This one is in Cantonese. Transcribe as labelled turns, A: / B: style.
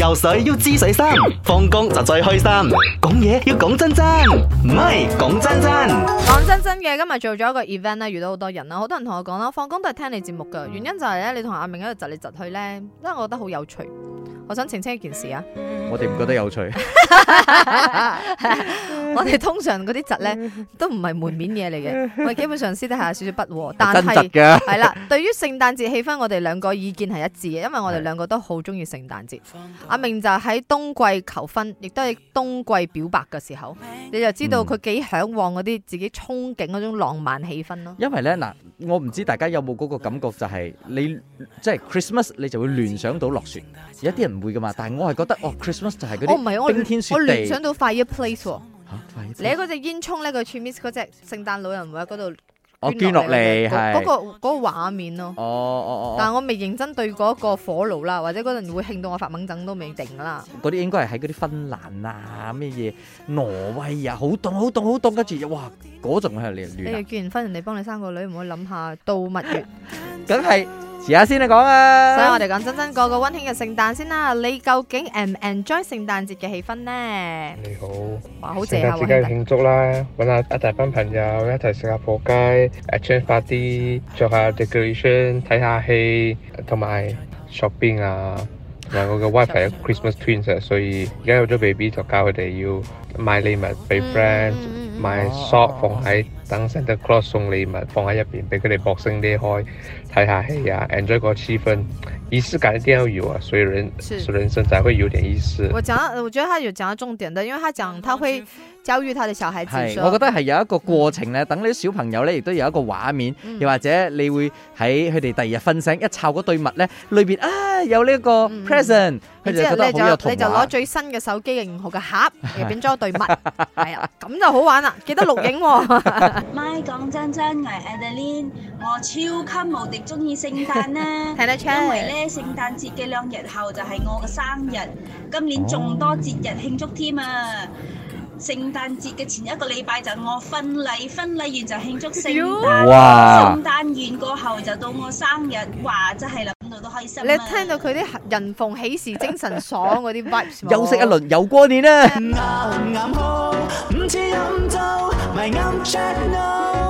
A: 游水要知水深，放工就最開心。講嘢要講真真，唔係講真真。
B: 講真真嘅，今日做咗一個 event 咧，遇到好多人啦，好多人同我講啦，放工都係聽你節目噶，原因就係咧，你同阿明喺度窒嚟窒去咧，因為我覺得好有趣。我想澄清一件事啊，
C: 我哋唔覺得有趣，
B: 我哋通常嗰啲窒咧都唔係門面嘢嚟 嘅，我哋基本上私底下有少少不和，但
C: 真
B: 係
C: 實嘅。
B: 係啦，對於聖誕節氣氛，我哋兩個意見係一致嘅，因為我哋兩個都好中意聖誕節。阿明就喺冬季求婚，亦都係冬季表白嘅時候，你就知
C: 嗯
B: 道佢幾向往嗰啲自己憧憬嗰種浪漫氣氛咯。
C: 因為咧嗱，我唔知大家有冇嗰個感覺，就係你即係 Christmas，你就會聯想到落雪。有啲人唔會噶嘛，但係我係覺得哦，Christmas 就係嗰
B: 我唔係
C: 啲
B: 我
C: 冰天雪
B: 我聯
C: 地。
B: 想到 fireplace 喎，
C: 嚇快啲
B: 你喺嗰隻煙囪咧，佢 c h i m i s 嗰只聖誕老人會喺嗰度
C: 我哦捐落
B: 嗰
C: 嚟
B: 嗰
C: 係。
B: 個
C: 哦
B: 嗰個畫面咯。
C: 哦
B: 但
C: 哦
B: 係我未認真對嗰個火爐啦，或者嗰陣會興到我發猛震都未定㗎啦。
C: 哦，嗰啲應該係喺嗰啲芬蘭啊、咩嘢挪威啊，好凍好凍好凍，跟住哇嗰種係亂
B: 你
C: 亂啊
B: 哋，結完婚，人哋幫你生個女，唔好諗下到蜜 月。
C: 梗係遲下先你講
B: 所以我
C: 啊。
B: 哋講真真過個温馨嘅聖誕先啦。你究竟 en 唔 enjoy 聖誕節嘅氣氛呢？
D: 你好，
B: 哇，好
D: 聖
B: 謝啊！華
D: 誕節梗係
B: 兄弟
D: 慶祝啦，揾下一大班朋友一齊食下火雞，exchange 下啲，做下 decoration，睇下戲，同埋 shopping 啊，同埋我
B: 嗯
D: 嘅 wife 係 Christmas twins 啊，所以而家有咗 baby 就教佢哋要買禮物俾 friend，
B: 嗯嗯嗯
D: 買
C: 哦
D: sock 放喺等 Santa Claus 送禮物放喺入邊，俾佢哋博聲啲開，睇下戲啊，enjoy 個氣氛，儀式感一定要有啊，所以人
B: 是
D: 人生才會有點意思。
B: 我講到，我覺得他有講到重點的，因為他講他會教育他的小孩子
C: 嗯係，
B: 說
C: 我覺得係有一個過程咧，等你啲小朋友咧，亦都有一個畫面，
B: 嗯
C: 又或者你會喺佢哋第二日瞓醒一摷嗰對襪咧，裏邊啊有呢個
B: 嗯
C: present，
B: 然
C: 佢哋
B: 之
C: 覺
B: 後
C: 得
B: 咧
C: 好
B: 就
C: 有童
B: 你就攞
C: 話。
B: 最新嘅手機嘅型號嘅 盒入邊裝對襪，係啊，咁就好玩啦！記得錄影喎，
E: 咪講真真，我係 Adeline，我超級無敵中意聖誕啦，
B: 睇得出。
E: 因為咧聖誕節嘅兩日後就係我嘅生日，今年仲多節日慶祝添啊！聖誕節嘅前一個禮拜就我婚禮，婚禮完就慶祝 聖誕，
C: 哇
E: 聖！誕完過後就到我生日，哇！真係諗到都開心啊！
B: 你聽到佢啲人逢喜事精神爽 嗰啲 vibes 冇
C: 休息一輪又過年啦。
F: 啱啱好，唔似暗就咪啱 check no。